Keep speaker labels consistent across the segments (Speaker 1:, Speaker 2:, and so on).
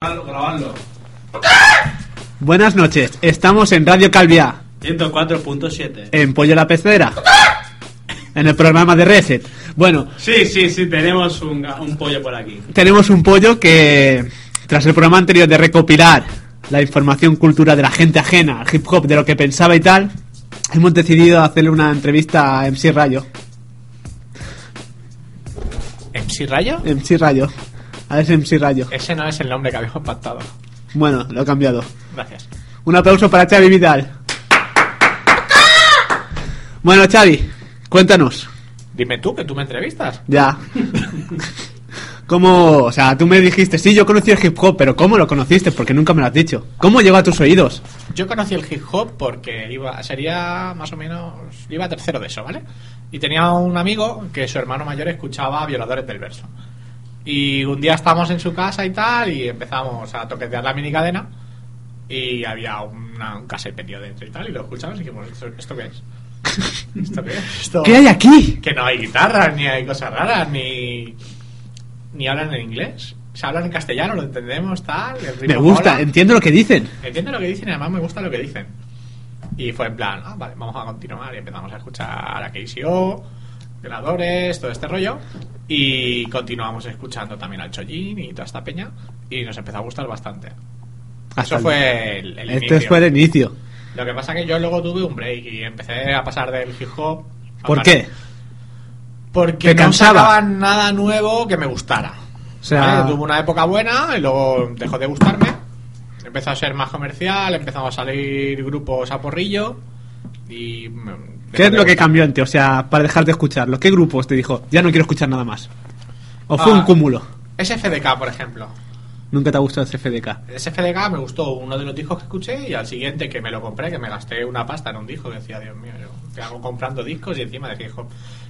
Speaker 1: Grabarlo, grabarlo.
Speaker 2: Buenas noches, estamos en Radio Calviá,
Speaker 1: 104.7.
Speaker 2: en Pollo la Pecera, en el programa de Reset. Bueno,
Speaker 1: Sí, sí, sí, tenemos un, ga- un pollo por aquí.
Speaker 2: tenemos un pollo que, tras el programa anterior de recopilar la información cultura de la gente ajena, al hip hop, de lo que pensaba y tal, hemos decidido hacerle una entrevista a MC Rayo.
Speaker 3: ¿MC Rayo?
Speaker 2: MC Rayo. A ver si MC Rayo.
Speaker 3: Ese no es el nombre que habíamos pactado.
Speaker 2: Bueno, lo he cambiado.
Speaker 3: Gracias.
Speaker 2: Un aplauso para Xavi Vidal. Bueno, Xavi, cuéntanos.
Speaker 3: Dime tú, que tú me entrevistas.
Speaker 2: Ya. ¿Cómo? O sea, tú me dijiste, sí, yo conocí el hip hop, pero ¿cómo lo conociste? Porque nunca me lo has dicho. ¿Cómo llegó a tus oídos?
Speaker 3: Yo conocí el hip hop porque iba, sería más o menos, iba a tercero de eso, ¿vale? Y tenía un amigo que su hermano mayor escuchaba Violadores del Verso. Y un día estábamos en su casa y tal, y empezamos a toquetear la minicadena. Y había una- un cassette metido dentro y tal, y lo escuchamos y dijimos, ¿esto, esto qué es? ¿Esto qué es? Esto-
Speaker 2: ¿Qué hay aquí?
Speaker 3: Que no hay guitarras, ni hay cosas raras, ni... Ni hablan en inglés. Se hablan en castellano, lo entendemos, tal. el
Speaker 2: Me
Speaker 3: ritmo
Speaker 2: gusta,
Speaker 3: mola.
Speaker 2: entiendo lo que dicen.
Speaker 3: Entiendo lo que dicen y además me gusta lo que dicen. Y fue en plan, ah, vale, vamos a continuar. Y empezamos a escuchar a KCO, Gradores, todo este rollo. Y continuamos escuchando también al Chollín y toda esta peña. Y nos empezó a gustar bastante.
Speaker 2: Hasta
Speaker 3: Eso
Speaker 2: el-
Speaker 3: fue el, el
Speaker 2: Este
Speaker 3: inicio.
Speaker 2: fue el inicio.
Speaker 3: Lo que pasa que yo luego tuve un break y empecé a pasar del hip hop. a
Speaker 2: ¿Por
Speaker 3: par-
Speaker 2: qué?
Speaker 3: Porque
Speaker 2: ¿Te
Speaker 3: no
Speaker 2: cansaba?
Speaker 3: sacaban nada nuevo que me gustara.
Speaker 2: O sea-
Speaker 3: ¿Vale? Tuvo una época buena y luego dejó de gustarme. Empezó a ser más comercial, empezaron a salir grupos a porrillo y... me-
Speaker 2: ¿Qué es
Speaker 3: dejó de
Speaker 2: lo que
Speaker 3: gustar.
Speaker 2: cambió en ti? O sea, para dejar de escucharlo. ¿Qué grupos te dijo, ya no quiero escuchar nada más? ¿O fue
Speaker 3: Ah.
Speaker 2: un cúmulo?
Speaker 3: SFDK, por ejemplo.
Speaker 2: Nunca te ha gustado el CFDK.
Speaker 3: SFDK me gustó uno de los discos que escuché y al siguiente que me lo compré, que me gasté una pasta en un disco, que decía, Dios mío, yo te hago comprando discos y encima de hip hop.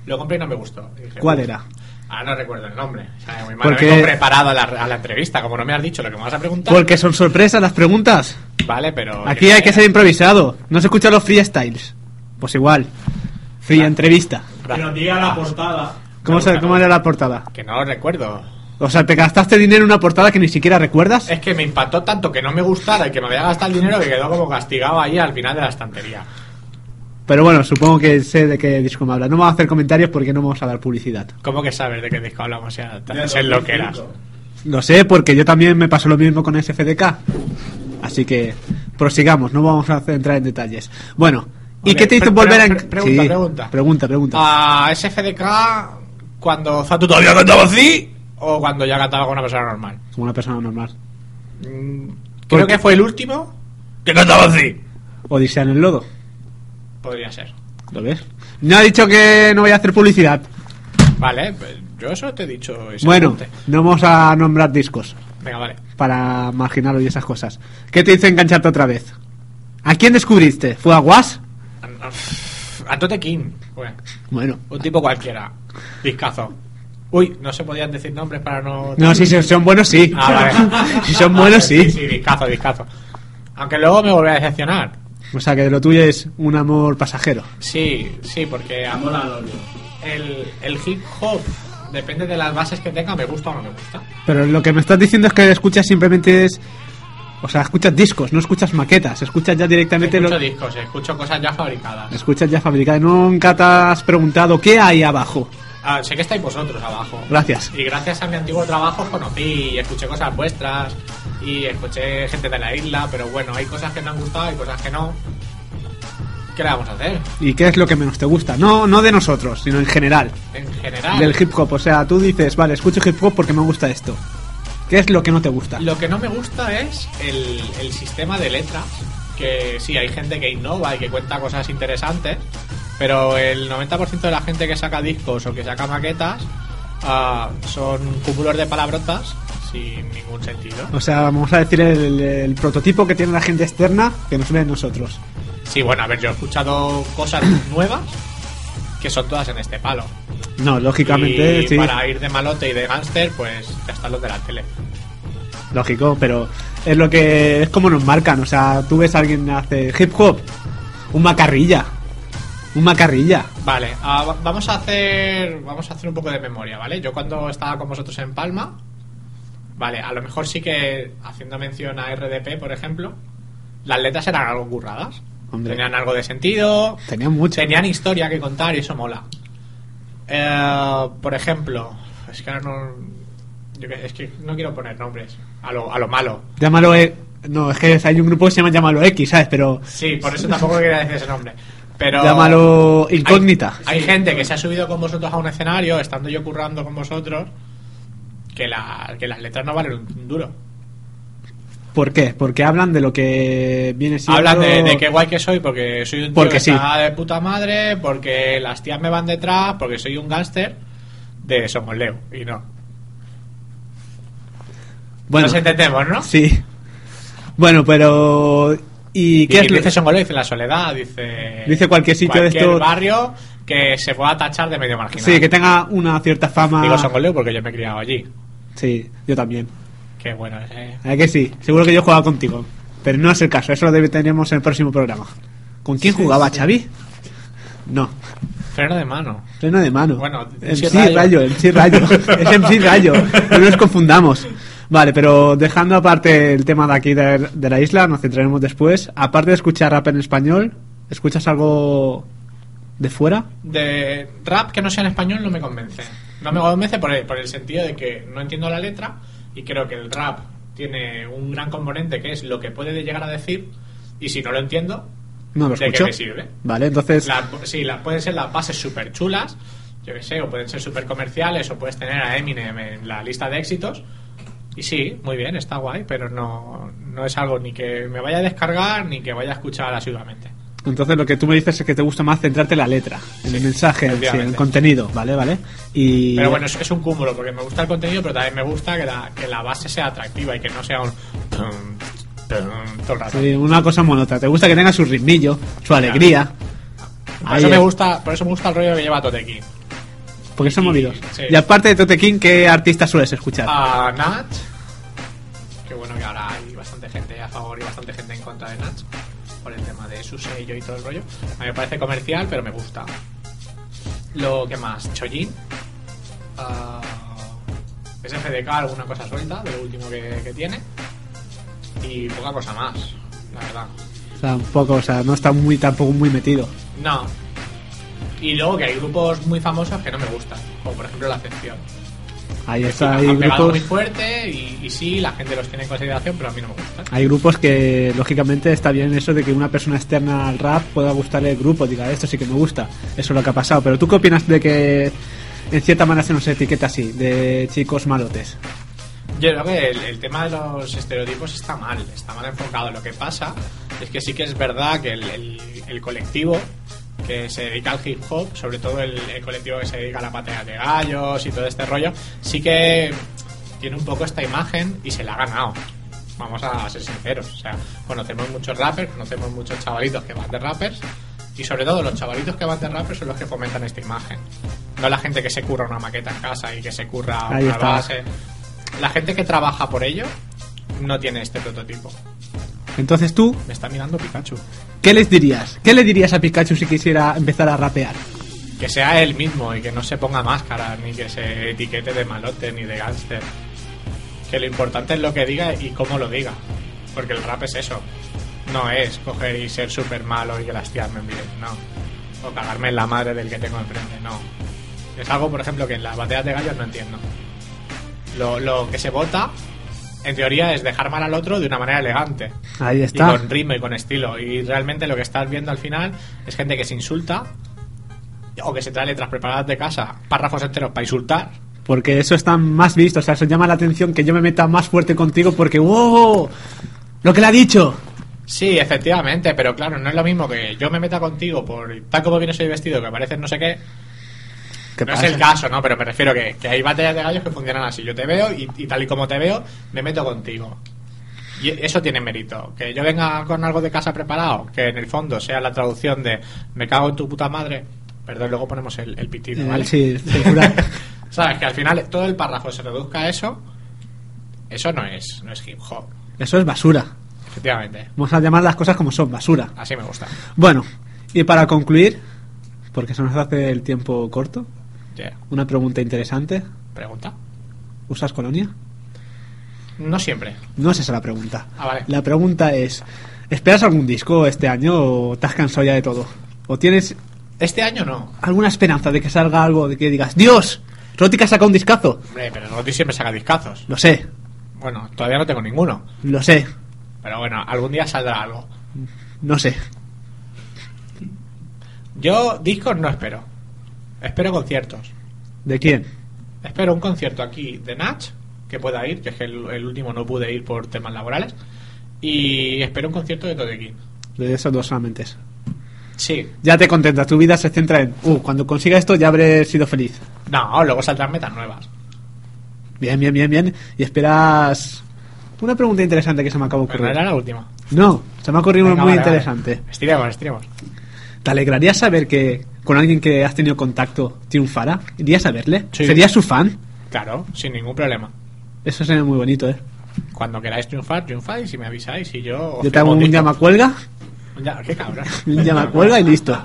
Speaker 3: Lo compré y no me gustó. Y dije,
Speaker 2: ¿Cuál
Speaker 3: "Uf".
Speaker 2: era?
Speaker 3: Ah, no recuerdo el nombre. O sea, muy mal. No
Speaker 2: Porque-
Speaker 3: vengo preparado a la, a la entrevista, como no me has dicho lo que me vas a preguntar.
Speaker 2: Porque son sorpresas las preguntas.
Speaker 3: Vale, pero...
Speaker 2: Aquí hay que ser improvisado. No se escuchan los freestyles. Pues igual. Free entrevista.
Speaker 1: Que nos diga la portada.
Speaker 2: ¿Cómo, se- ¿Cómo era la portada?
Speaker 3: Que no lo recuerdo.
Speaker 2: O sea, te gastaste dinero en una portada que ni siquiera recuerdas.
Speaker 3: Es que me impactó tanto que no me gustara y que me había gastado el dinero que quedó como castigado ahí al final de la estantería.
Speaker 2: Pero bueno, supongo que sé de qué disco me hablas. No vamos a hacer comentarios porque no vamos a dar publicidad.
Speaker 3: ¿Cómo que sabes de qué disco hablamos? O sea, te
Speaker 1: Del
Speaker 3: haces lo que
Speaker 1: 2005.
Speaker 3: eras.
Speaker 2: Lo sé porque yo también me pasó lo mismo con SFDK. Así que prosigamos, no vamos a entrar en detalles. Bueno, ¿y
Speaker 3: Hombre,
Speaker 2: qué te hizo
Speaker 3: pre-
Speaker 2: volver a...
Speaker 3: pre-
Speaker 2: enc-
Speaker 3: pregunta,
Speaker 2: Sí,
Speaker 3: pregunta. Ah.
Speaker 2: Pregunta, pregunta.
Speaker 3: A SFDK, cuando Zatu todavía cantaba así, o cuando ya cantaba con una persona normal.
Speaker 2: Como una persona normal.
Speaker 3: Mm,
Speaker 2: ¿Por
Speaker 3: Creo
Speaker 2: qué?
Speaker 3: que fue el último que cantaba así.
Speaker 2: Odisea en el lodo.
Speaker 3: Podría ser.
Speaker 2: ¿Lo ves? No ha dicho que no voy a hacer publicidad.
Speaker 3: Vale, pues yo eso te he dicho.
Speaker 2: Bueno,
Speaker 3: exactamente.
Speaker 2: no vamos a nombrar discos
Speaker 3: Venga, vale.
Speaker 2: para marginarlo y esas cosas. ¿Qué te hizo engancharte otra vez? ¿A quién descubriste? ¿Fue a Was?
Speaker 3: Antote King, fue.
Speaker 2: Bueno.
Speaker 3: Un tipo cualquiera. Discazo. Uy, no se podían decir nombres para no.
Speaker 2: No, si son- son buenos, sí.
Speaker 3: Ah, vale.
Speaker 2: si son buenos,
Speaker 3: Sí,
Speaker 2: sí.
Speaker 3: sí, discazo, discazo. Aunque luego me volví a decepcionar.
Speaker 2: O sea, que lo tuyo es un amor pasajero.
Speaker 3: Sí, sí, porque a-
Speaker 1: Amor al odio.
Speaker 3: el, el hip hop, depende de las bases que tenga, me gusta o no me gusta.
Speaker 2: Pero lo que me estás diciendo es que escuchas simplemente es... O sea, escuchas discos, no escuchas maquetas. Escuchas ya directamente
Speaker 3: Escucho
Speaker 2: lo...
Speaker 3: discos, escucho cosas ya fabricadas.
Speaker 2: Escuchas ya fabricadas. Nunca te has preguntado qué hay abajo.
Speaker 3: Ah, sé que estáis vosotros abajo.
Speaker 2: Gracias.
Speaker 3: Y gracias a mi antiguo trabajo conocí y escuché cosas vuestras y escuché gente de la isla, pero bueno, hay cosas que me han gustado y cosas que no. ¿Qué le vamos a hacer?
Speaker 2: ¿Y qué es lo que menos te gusta? No, no de nosotros, sino en general.
Speaker 3: En general,
Speaker 2: Del hip hop. O sea, tú dices, vale, escucho hip hop porque me gusta esto. ¿Qué es lo que no te gusta?
Speaker 3: lo que no me gusta es el, el sistema de letras, que sí, hay gente que innova y que cuenta cosas interesantes, pero el 90% de la gente que saca discos o que saca maquetas ah, son cúmulos de palabrotas sin ningún sentido.
Speaker 2: O sea, vamos a decir el, el prototipo que tiene la gente externa que nos ve a nosotros.
Speaker 3: Sí, bueno, a ver, yo he escuchado cosas nuevas que son todas en este palo.
Speaker 2: No, lógicamente,
Speaker 3: Y
Speaker 2: sí.
Speaker 3: para ir de malote y de gángster, pues ya están los de la tele.
Speaker 2: Lógico, pero es lo que es como nos marcan. O sea, tú ves a alguien que hace hip hop, un macarrilla. Un macarrilla.
Speaker 3: Vale, ah, va- vamos a hacer vamos a hacer un poco de memoria, ¿vale? Yo cuando estaba con vosotros en Palma Vale, a lo mejor sí que, haciendo mención a RDP, por ejemplo, las letras eran algo curradas.
Speaker 2: Hombre.
Speaker 3: Tenían algo de sentido,
Speaker 2: Tenían mucho.
Speaker 3: tenían historia que contar y eso mola. Eh, por ejemplo, es que ahora no. yo que- es que no quiero poner nombres a lo, a lo malo.
Speaker 2: Llámalo. E- No, es que hay un grupo que se llama Llámalo X, ¿sabes? Pero.
Speaker 3: Sí, por eso tampoco quería decir ese nombre. Pero
Speaker 2: Llámalo incógnita.
Speaker 3: Hay, hay gente que se ha subido con vosotros a un escenario, estando yo currando con vosotros, que, la- que las letras no valen un duro.
Speaker 2: ¿Por qué? Porque hablan de lo que viene siendo.
Speaker 3: Hablan de, de qué guay que soy porque soy un tío
Speaker 2: Porque
Speaker 3: que
Speaker 2: sí.
Speaker 3: está de puta madre, porque las tías me van detrás, porque soy un gángster de Somos Leo. Y no.
Speaker 2: Bueno,
Speaker 3: Nos entendemos, ¿no?
Speaker 2: sí. Bueno, pero. ¿Y
Speaker 3: Y este
Speaker 2: qué es lo
Speaker 3: dice Somos Leo, dice la soledad, dice.
Speaker 2: Dice cualquier sitio de
Speaker 3: cualquier
Speaker 2: estos-
Speaker 3: barrio que se pueda tachar de medio marginal.
Speaker 2: Sí, que tenga una cierta fama.
Speaker 3: Digo Somos Leo porque yo me he criado allí.
Speaker 2: Sí, yo también.
Speaker 3: Qué bueno es, eh.
Speaker 2: ¿A que sí? Seguro que yo jugaba contigo. Pero no es el caso, eso lo debatiremos en el próximo programa. ¿Con quién jugaba, Xavi? No,
Speaker 3: Freno de mano.
Speaker 2: freno de mano.
Speaker 3: Bueno,
Speaker 2: MC
Speaker 3: MC
Speaker 2: Rayo,
Speaker 3: Rayo.
Speaker 2: MC Rayo. es MC Rayo, no nos confundamos. Vale, pero dejando aparte el tema de aquí de, de la isla, nos centraremos después. Aparte de escuchar rap en español, ¿escuchas algo de fuera?
Speaker 3: de rap que no sea en español no me convence. No me convence por el, por el sentido de que no entiendo la letra y creo que el rap tiene un gran componente que es lo que puede llegar a decir y si no lo entiendo,
Speaker 2: No lo
Speaker 3: ¿de
Speaker 2: escucho.
Speaker 3: qué me sirve?
Speaker 2: Vale, entonces...
Speaker 3: La, sí, la, pueden ser las bases súper chulas, yo qué sé, o pueden ser súper comerciales, o puedes tener a Eminem en la lista de éxitos. Y sí, muy bien, está guay, pero no, no es algo ni que me vaya a descargar ni que vaya a escuchar asiduamente.
Speaker 2: Entonces lo que tú me dices es que te gusta más centrarte en la letra, en el mensaje, en sí, en el
Speaker 3: efectivamente.
Speaker 2: contenido, ¿vale? ¿Vale? Y...
Speaker 3: Pero bueno, es, es un cúmulo, porque me gusta el contenido, pero también me gusta que la, que la base sea atractiva y que no sea un... pum, pum, todo el rato.
Speaker 2: Sí, una cosa monota. Te gusta que tenga su ritmillo, su alegría.
Speaker 3: por,
Speaker 2: Ahí
Speaker 3: eso me
Speaker 2: es.
Speaker 3: gusta, por eso me gusta el rollo que lleva Totequín.
Speaker 2: Porque son
Speaker 3: Y-
Speaker 2: movidos.
Speaker 3: sí. Ah.
Speaker 2: Y aparte de Tote King, ¿qué artista sueles escuchar?
Speaker 3: A Nat, que bueno que ahora hay bastante gente a favor y bastante gente en contra de Nat, por el tema de su sello y todo el rollo. A mí me parece comercial, pero me gusta. Lo que más, Chollín. Ah, SFDK, alguna cosa suelta, de lo último que, que tiene. Y poca cosa más, la verdad.
Speaker 2: Tampoco, o sea, no está muy, tampoco muy metido.
Speaker 3: No. Y luego que hay grupos muy famosos que no me gustan, como por ejemplo La Excepción.
Speaker 2: Ahí
Speaker 3: Que Pues sí,
Speaker 2: está,
Speaker 3: han
Speaker 2: hay
Speaker 3: pegado
Speaker 2: grupos,
Speaker 3: muy fuerte y, y sí, la gente los tiene en consideración, pero a mí no me gustan.
Speaker 2: hay grupos que, lógicamente, está bien eso de que una persona externa al rap pueda gustarle el grupo, diga, esto sí que me gusta. Eso es lo que ha pasado. Pero ¿tú qué opinas de que, en cierta manera, se nos etiqueta así, de chicos malotes?
Speaker 3: Yo creo que el, el tema de los estereotipos está mal, está mal enfocado. Lo que pasa es que sí que es verdad que el, el- el colectivo que se dedica al hip hop, sobre todo el, el colectivo que se dedica a la patea de gallos y todo este rollo, sí que tiene un poco esta imagen y se la ha ganado. Vamos a ser sinceros, o sea, conocemos muchos rappers, conocemos muchos chavalitos que van de rappers y sobre todo los chavalitos que van de rappers son los que fomentan esta imagen. No la gente que se curra una maqueta en casa y que se curra
Speaker 2: Ahí
Speaker 3: una
Speaker 2: está.
Speaker 3: base. La gente que trabaja por ello no tiene este prototipo.
Speaker 2: Entonces tú,
Speaker 3: Me está mirando Pikachu.
Speaker 2: ¿Qué les dirías? ¿Qué le dirías a Pikachu si quisiera empezar a rapear?
Speaker 3: Que sea él mismo y que no se ponga máscara, ni que se etiquete de malote, ni de gángster. Que lo importante es lo que diga y cómo lo diga. Porque el rap es eso. No es coger y ser súper malo y que las tías me miren, no. O cagarme en la madre del que tengo enfrente, no. Es algo, por ejemplo, que en las batallas de gallos no entiendo. Lo, lo que se vota, en teoría, es dejar mal al otro de una manera elegante.
Speaker 2: Ahí
Speaker 3: Y con ritmo y con estilo. Y realmente lo que estás viendo al final es gente que se insulta o que se trae letras preparadas de casa, párrafos enteros para insultar.
Speaker 2: Porque eso está más visto, o sea, eso llama la atención que yo me meta más fuerte contigo porque ¡wow! Lo que le ha dicho.
Speaker 3: Sí, efectivamente, pero claro, no es lo mismo que yo me meta contigo por tal como vienes hoy vestido, que pareces no sé qué.
Speaker 2: ¿Qué
Speaker 3: No
Speaker 2: pasa?
Speaker 3: es el caso, ¿no? Pero me refiero que, que hay batallas de gallos que funcionan así. Yo te veo y, y tal y como te veo, me meto contigo. Y eso tiene mérito. Que yo venga con algo de casa preparado, que en el fondo sea la traducción de me cago en tu puta madre. Perdón, luego ponemos el, el pitido,
Speaker 2: Eh,
Speaker 3: ¿vale?
Speaker 2: sí, censura.
Speaker 3: Sabes que al final todo el párrafo se reduzca a eso. Eso no es, no es hip hop,
Speaker 2: Eso es basura.
Speaker 3: efectivamente.
Speaker 2: Vamos a llamar las cosas como son, basura.
Speaker 3: Así me gusta.
Speaker 2: Bueno, y para concluir, porque se nos hace el tiempo corto,
Speaker 3: Yeah.
Speaker 2: una pregunta interesante.
Speaker 3: Pregunta.
Speaker 2: ¿Usas colonia?
Speaker 3: No siempre.
Speaker 2: No es esa la pregunta.
Speaker 3: Ah, vale.
Speaker 2: La pregunta es, ¿esperas algún disco este año o te has cansado ya de todo? ¿O tienes
Speaker 3: Este año no.
Speaker 2: alguna esperanza de que salga algo, de que digas, Dios, Rótica saca un discazo?
Speaker 3: Hombre, pero Roti siempre saca discazos.
Speaker 2: Lo sé,
Speaker 3: Bueno, todavía no tengo ninguno.
Speaker 2: lo sé,
Speaker 3: Pero bueno, algún día saldrá algo.
Speaker 2: no sé.
Speaker 3: Yo discos no espero. Espero conciertos.
Speaker 2: ¿De quién?
Speaker 3: Espero un concierto aquí de Nach, que pueda ir, que es que el, el último no pude ir por temas laborales. Y espero un concierto de Todekin.
Speaker 2: De esos dos solamente.
Speaker 3: Sí.
Speaker 2: Ya te contentas, tu vida se centra en, uh, cuando consiga esto ya habré sido feliz.
Speaker 3: No, luego saldrán metas nuevas.
Speaker 2: Bien, bien, bien, bien. Y esperas... Una pregunta interesante que se me acaba de
Speaker 3: Pero no
Speaker 2: ocurrir.
Speaker 3: era la última.
Speaker 2: No, se me ha ocurrido
Speaker 3: Venga,
Speaker 2: una muy
Speaker 3: vale, vale.
Speaker 2: interesante.
Speaker 3: Estiremos, estiremos.
Speaker 2: ¿Te alegraría saber que con alguien que has tenido contacto triunfara? ¿Irías a verle?
Speaker 3: Sí.
Speaker 2: ¿Serías su fan?
Speaker 3: Claro, sin ningún problema.
Speaker 2: Eso sería muy bonito, ¿eh?
Speaker 3: Cuando queráis triunfar, triunfáis y me avisáis y yo... os
Speaker 2: Yo te
Speaker 3: firmo
Speaker 2: hago un
Speaker 3: disco.
Speaker 2: llamacuelga,
Speaker 3: Un llama- qué cabrón.
Speaker 2: un llamacuelga y listo.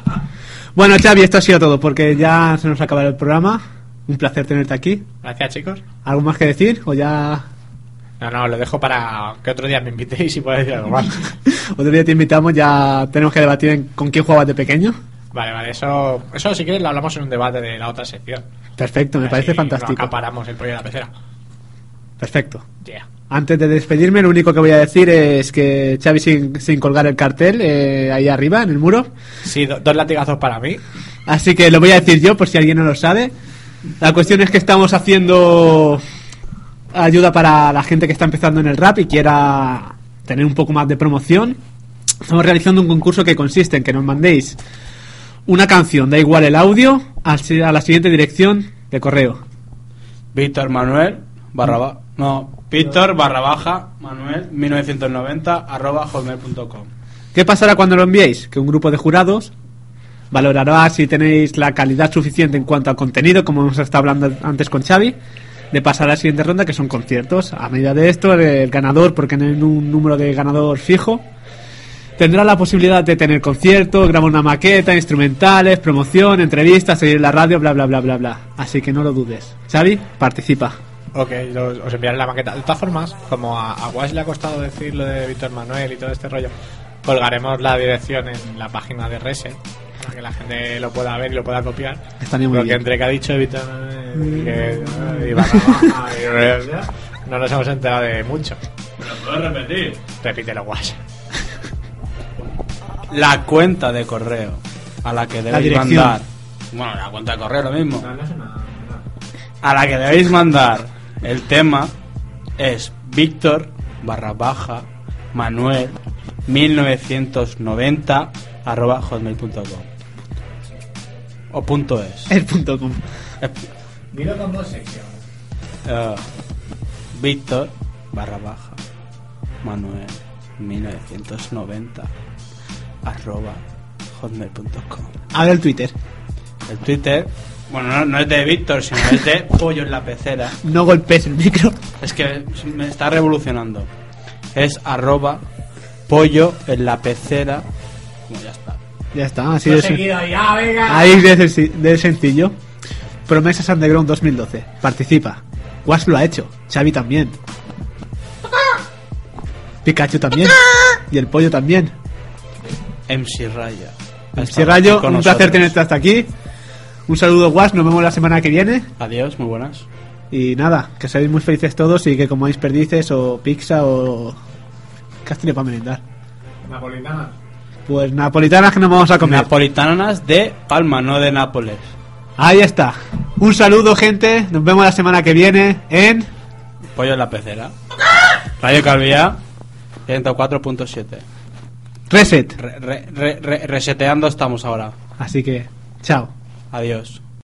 Speaker 2: Bueno, Xavi, esto ha sido todo porque ya se nos acaba el programa. Un placer tenerte aquí.
Speaker 3: Gracias, chicos.
Speaker 2: ¿Algo más que decir? ¿O ya
Speaker 3: No, no, lo dejo para que otro día me invitéis y pueda decir algo más.
Speaker 2: otro día te invitamos? ¿Ya tenemos que debatir en con quién jugabas de pequeño?
Speaker 3: Vale, vale, eso, eso si quieres lo hablamos en un debate de la otra sección.
Speaker 2: Perfecto, me
Speaker 3: Así
Speaker 2: parece
Speaker 3: no
Speaker 2: fantástico.
Speaker 3: acaparamos el pollo de la pecera.
Speaker 2: Perfecto.
Speaker 3: Yeah.
Speaker 2: Antes de despedirme, lo único que voy a decir es que Xavi, sin, sin colgar el cartel, eh, ahí arriba, en el muro,
Speaker 3: Sí, do- dos latigazos para mí.
Speaker 2: Así que lo voy a decir yo por si alguien no lo sabe. La cuestión es que estamos haciendo ayuda para la gente que está empezando en el rap y quiera tener un poco más de promoción. Estamos realizando un concurso que consiste en que nos mandéis una canción, da igual el audio, al si- a la siguiente dirección de correo.
Speaker 1: Víctor Manuel barra ba- no, Víctor barra baja Manuel 1990 arroba hotmail.com.
Speaker 2: ¿Qué pasará cuando lo enviéis? Que un grupo de jurados valorará si tenéis la calidad suficiente en cuanto a contenido, como hemos estado hablando antes con Xavi, de pasar a la siguiente ronda, que son conciertos. A medida de esto, el ganador, porque no hay un número de ganador fijo, tendrá la posibilidad de tener conciertos, grabar una maqueta, instrumentales, promoción, entrevistas, salir en la radio, bla, bla, bla, bla, bla. Así que no lo dudes. Xavi, participa.
Speaker 3: Ok, lo- os enviaré la maqueta. De todas formas, como a, a Guas le ha costado decir lo de Víctor Manuel y todo este rollo, colgaremos la dirección en la página de Rese para que la gente lo pueda ver y lo pueda copiar.
Speaker 2: Estaría muy
Speaker 3: Porque
Speaker 2: bien. Mm.
Speaker 3: entre que ha dicho Víctor Manuel y que- y Barrabás, y- y- y- no nos hemos enterado de mucho.
Speaker 1: ¿Me lo puedo repetir?
Speaker 3: Repítelo, Guas.
Speaker 1: La cuenta de correo a la que debéis
Speaker 2: dirección.
Speaker 1: mandar. Bueno, la cuenta de correo lo mismo. A la que debéis mandar el tema es Víctor barra baja Manuel 1990 arroba hotmail.com o punto es.
Speaker 2: El punto com.
Speaker 1: Es-
Speaker 3: Dilo con dos secciones.
Speaker 1: eh, Víctor barra baja Manuel 1990 arroba hotmail.com
Speaker 2: Abre el Twitter.
Speaker 1: El Twitter, bueno, no, no es de Víctor, sino es de Pollo en la Pecera.
Speaker 2: No golpes el micro.
Speaker 1: Es que me está revolucionando. Es arroba pollo en la pecera. Como ya está.
Speaker 2: Ya está, así
Speaker 3: Lo he
Speaker 2: es.
Speaker 3: seguido ya, "Ah, venga.
Speaker 2: Ahí de, sen- de sencillo. Promesas Underground 2012. Participa. Was lo ha hecho. Xavi también. Pikachu también. Y el pollo también.
Speaker 1: MC Raya.
Speaker 2: Si Rayo,
Speaker 1: Con
Speaker 2: un
Speaker 1: nosotros.
Speaker 2: placer tenerte hasta aquí. Un saludo, Was. Nos vemos la semana que viene.
Speaker 1: Adiós, muy buenas.
Speaker 2: Y nada, que seáis muy felices todos y que comáis perdices o pizza o. ¿Qué has tenido para merendar?
Speaker 3: Napolitana.
Speaker 2: Pues napolitanas que nos vamos a comer.
Speaker 1: Napolitanas de Palma, no de Nápoles.
Speaker 2: Ahí está. Un saludo, gente. Nos vemos la semana que viene en.
Speaker 1: Pollo en la pecera. Rayo Calviá, 104.7.
Speaker 2: Reset.
Speaker 1: Re- re- re- re- reseteando estamos ahora.
Speaker 2: Así que, chao.
Speaker 1: Adiós.